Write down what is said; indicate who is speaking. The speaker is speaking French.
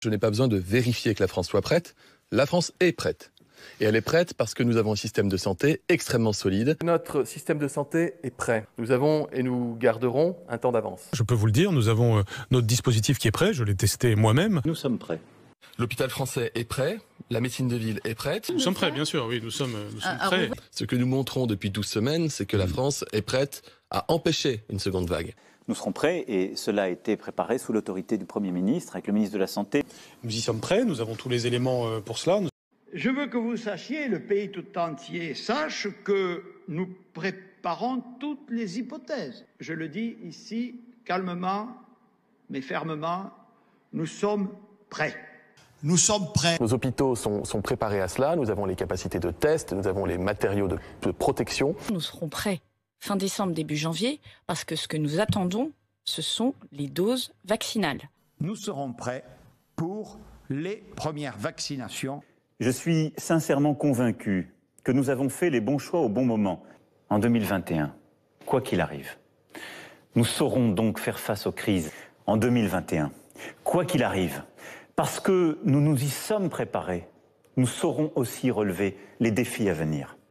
Speaker 1: je n'ai pas besoin de vérifier que la France soit prête. La France est prête. Et elle est prête parce que nous avons un système de santé extrêmement solide.
Speaker 2: Notre système de santé est prêt. Nous avons et nous garderons un temps d'avance.
Speaker 3: Je peux vous le dire, nous avons euh, notre dispositif qui est prêt, je l'ai testé moi-même.
Speaker 4: Nous sommes prêts.
Speaker 1: L'hôpital français est prêt, la médecine de ville est prête.
Speaker 3: Nous sommes prêts, bien sûr, oui, nous sommes, euh, nous sommes
Speaker 5: Ah, ah,
Speaker 3: prêts.
Speaker 1: Ce que nous montrons depuis 12 semaines, c'est que la France est prête à empêcher une seconde vague.
Speaker 4: Nous serons prêts et cela a été préparé sous l'autorité du Premier ministre avec le ministre de la Santé.
Speaker 3: Nous y sommes prêts, nous avons tous les éléments euh, pour cela. Nous-
Speaker 6: Je veux que vous sachiez, le pays tout entier sache que nous préparons toutes les hypothèses. Je le dis ici calmement, mais fermement, nous sommes prêts.
Speaker 7: Nous sommes prêts.
Speaker 8: Nos hôpitaux sont, sont préparés à cela, nous avons les capacités de test, nous avons les matériaux de, de protection.
Speaker 5: Nous serons prêts fin décembre, début janvier, parce que ce que nous attendons, ce sont les doses vaccinales.
Speaker 6: Nous serons prêts pour les premières vaccinations.
Speaker 4: Je suis sincèrement convaincu que nous avons fait les bons choix au bon moment, en 2021, quoi qu'il arrive. Nous saurons donc faire face aux crises en 2021, quoi qu'il arrive, parce que nous nous y sommes préparés. Nous saurons aussi relever les défis à venir.